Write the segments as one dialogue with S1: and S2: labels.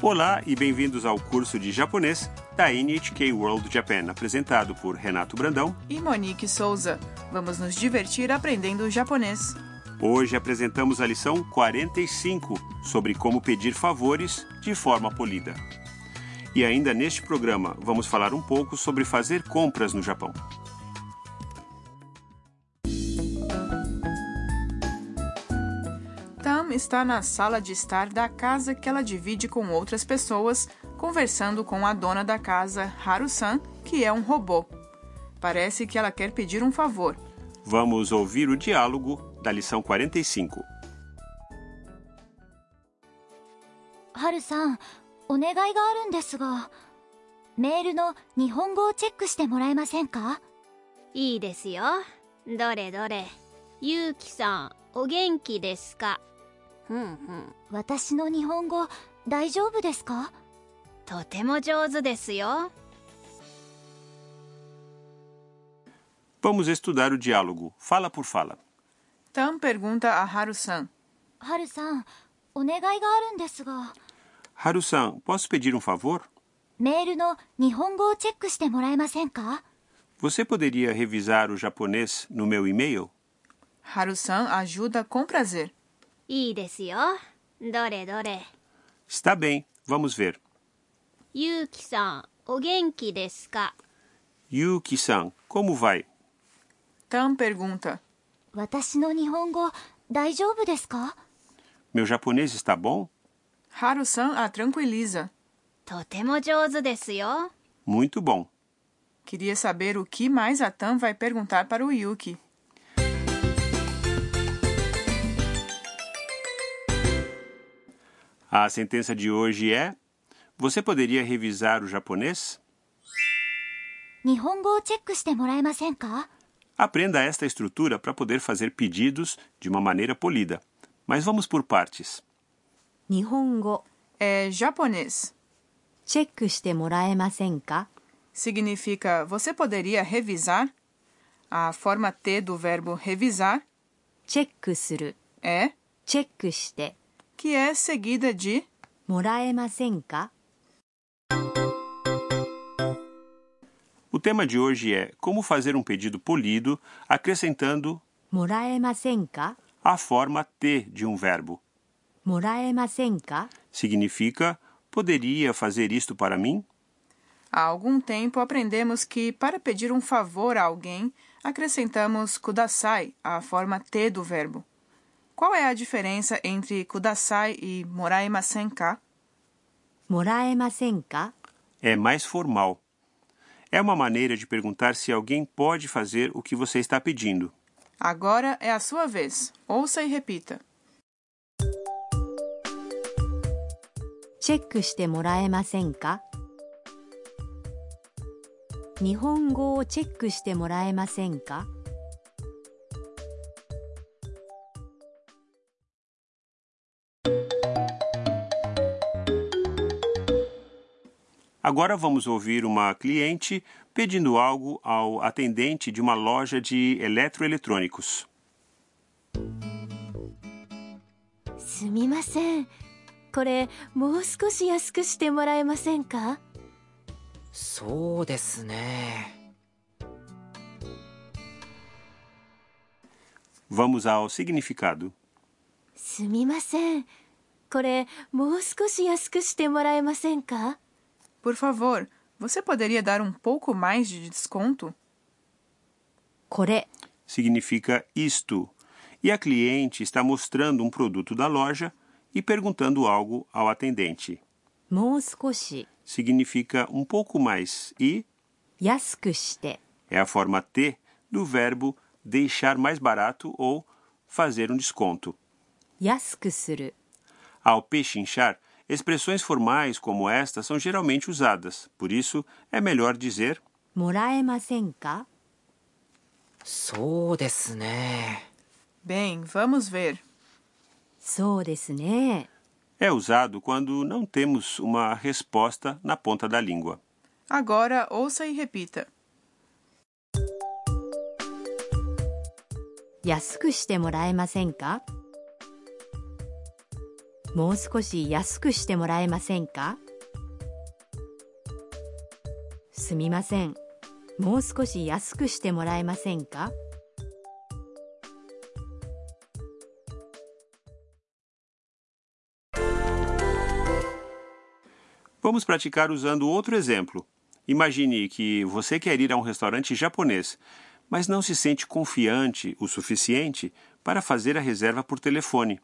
S1: Olá e bem-vindos ao curso de japonês da NHK World Japan, apresentado por Renato Brandão.
S2: E Monique Souza. Vamos nos divertir aprendendo japonês.
S1: Hoje apresentamos a lição 45 sobre como pedir favores de forma polida. E ainda neste programa vamos falar um pouco sobre fazer compras no Japão.
S2: Tam está na sala de estar da casa que ela divide com outras pessoas, conversando com a dona da casa, Haru-san, que é um robô. Parece que ela quer pedir um favor.
S1: Vamos ouvir o diálogo da lição 45.
S3: はるさんお願いがあるんですがメールの日本語をチェックしてもらえませんか
S4: いいですよどれどれゆうきさんお元気ですかふんふん
S3: 私の日本語大丈夫ですか
S4: とても上手ですよ
S1: Vamos estudar o diálogo fala por fala.
S2: Tam pergunta a Haru-san.
S3: はるさんお願いがあるんですが
S1: Haru-san, posso pedir um favor?
S3: メールの日本語をチェックしてもらえませんか
S1: Você poderia revisar o japonês no meu e-mail?
S2: Haru-san ajuda com prazer.
S4: いいですよどれどれ
S1: Está bem, vamos ver.
S4: ゆうきさんお元気ですか
S1: Yuki-san, como vai?
S2: Tam pergunta.
S3: 私の日本語大丈夫ですか
S1: Meu japonês está bom?
S2: Haru-san a tranquiliza.
S4: とても上手ですよ
S1: Muito bom.
S2: Queria saber o que mais a Tam vai perguntar para o Yuki.
S1: A sentença de hoje é: Você poderia revisar o japonês?
S3: 日本語をチェックしてもらえませんか
S1: Aprenda esta estrutura para poder fazer pedidos de uma maneira polida. Mas vamos por partes.
S5: 日本語
S2: É japonês.
S5: チェックしてもらえませんか
S2: Significa você poderia revisar? A forma T do verbo revisar
S5: チェックする
S2: é,
S5: チェックして
S2: que é seguida de
S5: もらえませんか
S1: O tema de hoje é como fazer um pedido polido acrescentando
S5: もらえませんか
S1: a forma T de um verbo.
S5: もらえませんか
S1: Significa: Poderia fazer isto para mim?
S2: Há algum tempo aprendemos que, para pedir um favor a alguém, acrescentamos kudasai, a forma T do verbo. Qual é a diferença entre kudasai e moraimasenka?
S5: もらえませんか
S1: É mais formal. É uma maneira de perguntar se alguém pode fazer o que você está pedindo.
S2: Agora é a sua vez. Ouça e repita.
S5: チェックしてもらえませんか日本語をチェックしてもらえませんか
S1: Agora vamos ouvir uma cliente pedindo algo ao atendente de uma loja de eletroeletrônicos.
S3: すみませんこれもう少し安くしてもらえませんか
S6: そうですね。
S1: Vamos ao significado.
S3: すみませんこれもう少し安くしてもらえませんか
S2: Por favor, você poderia dar um pouco mais de desconto?
S5: これ
S1: Significa isto. E a cliente está mostrando um produto da loja e perguntando algo ao atendente.
S5: もう少し
S1: Significa um pouco mais e
S5: 安くして。
S1: é a forma T do verbo deixar mais barato ou fazer um desconto.
S5: 安くする
S1: Ao pechinchar, expressões formais como esta são geralmente usadas, por isso é melhor dizer
S5: もらえませんか
S6: そうですね。
S2: Bem, vamos ver.
S5: そうですね
S1: é usado quando não temos uma resposta na ponta da língua.
S2: Agora ouça e repita.
S5: 安くしてもらえませんかもう少し安くしてもらえませんかすみませんもう少し安くしてもらえませんか
S1: Vamos praticar usando outro exemplo. Imagine que você quer ir a um restaurante japonês, mas não se sente confiante o suficiente para fazer a reserva por telefone.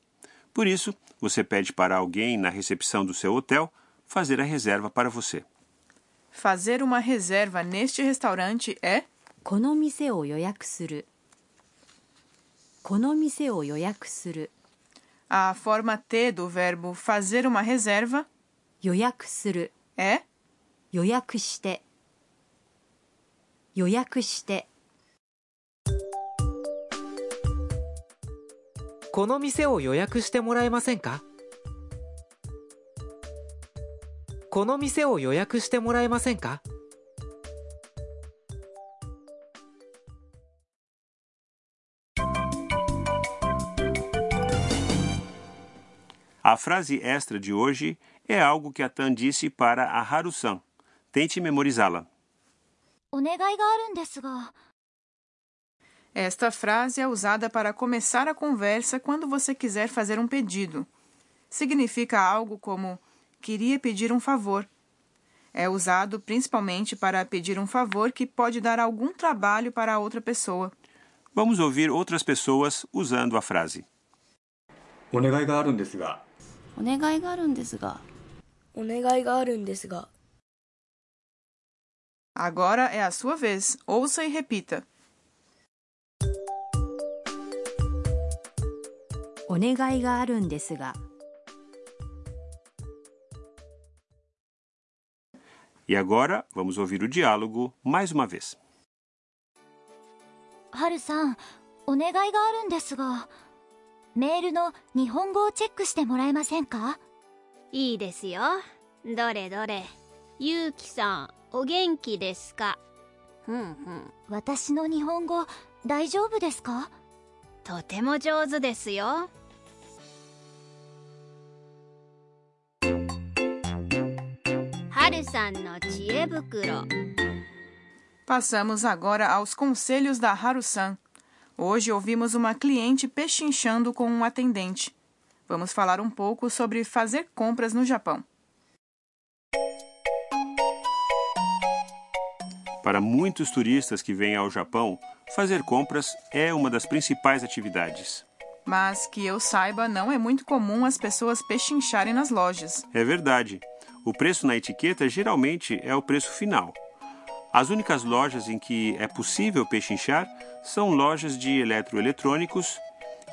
S1: Por isso, você pede para alguém na recepção do seu hotel fazer a reserva para você.
S2: Fazer uma reserva neste restaurante é
S5: この店を予約するこの店を予約する
S2: a forma T do verbo fazer uma reserva
S5: 予約する
S2: é
S5: 予約して予約して
S6: この店を予約してもらえませんかこの店を予約してもらえませんか
S1: A frase extra de hoje é algo que a Tan disse para a Haru-san. Tente memorizá-la.
S3: お願いがあるんですが
S2: Esta frase é usada para começar a conversa quando você quiser fazer um pedido. Significa algo como queria pedir um favor. É usado principalmente para pedir um favor que pode dar algum trabalho para a outra pessoa.
S1: Vamos ouvir outras pessoas usando a frase.
S7: お願いがあるんですが
S8: お願いがあるんですが
S9: お願いがあるんですが
S2: Agora é a sua vez. Ouça e repita.
S5: お願いがあるんですが
S1: E agora, vamos ouvir o diálogo mais uma vez.
S3: ハルさんお願いがあるんですがメールの日本語をチェックしてもらえませんか
S4: いいですよどれどれゆうきさんお元気ですかふんふん
S3: 私の日本語大丈夫ですか
S4: とても上手ですよはるさんの知恵袋
S2: Passamos agora aos conselhos da Haru-san. Hoje ouvimos uma cliente pechinchando com um atendente. Vamos falar um pouco sobre fazer compras no Japão.
S1: Para muitos turistas que vêm ao Japão, fazer compras é uma das principais atividades.
S2: Mas que eu saiba, não é muito comum as pessoas pechincharem nas lojas.
S1: É verdade. O preço na etiqueta geralmente é o preço final. As únicas lojas em que é possível pechinchar são lojas de eletroeletrônicos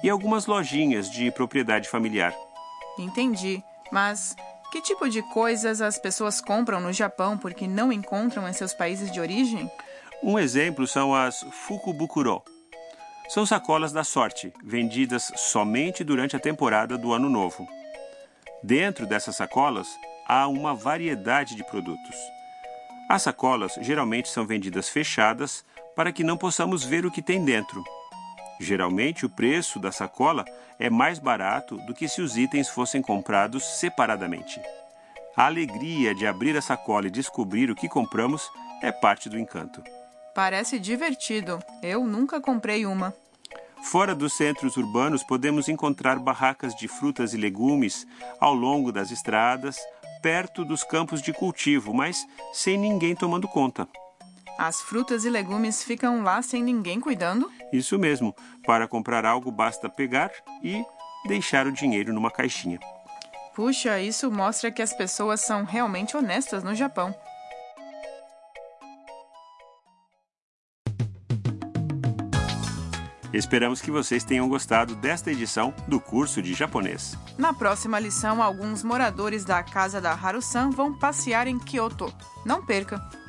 S1: e algumas lojinhas de propriedade familiar.
S2: Entendi. Mas que tipo de coisas as pessoas compram no Japão porque não encontram em seus países de origem?
S1: Um exemplo são as Fukubukuro. São sacolas da sorte, vendidas somente durante a temporada do Ano Novo. Dentro dessas sacolas há uma variedade de produtos. As sacolas geralmente são vendidas fechadas para que não possamos ver o que tem dentro. Geralmente o preço da sacola é mais barato do que se os itens fossem comprados separadamente. A alegria de abrir a sacola e descobrir o que compramos é parte do encanto.
S2: Parece divertido. Eu nunca comprei uma.
S1: Fora dos centros urbanos, podemos encontrar barracas de frutas e legumes ao longo das estradas, perto dos campos de cultivo, mas sem ninguém tomando conta.
S2: As frutas e legumes ficam lá sem ninguém cuidando?
S1: Isso mesmo, para comprar algo basta pegar e deixar o dinheiro numa caixinha.
S2: Puxa, isso mostra que as pessoas são realmente honestas no Japão.
S1: Esperamos que vocês tenham gostado desta edição do curso de japonês.
S2: Na próxima lição, alguns moradores da casa da Haru-san vão passear em Kyoto. Não perca!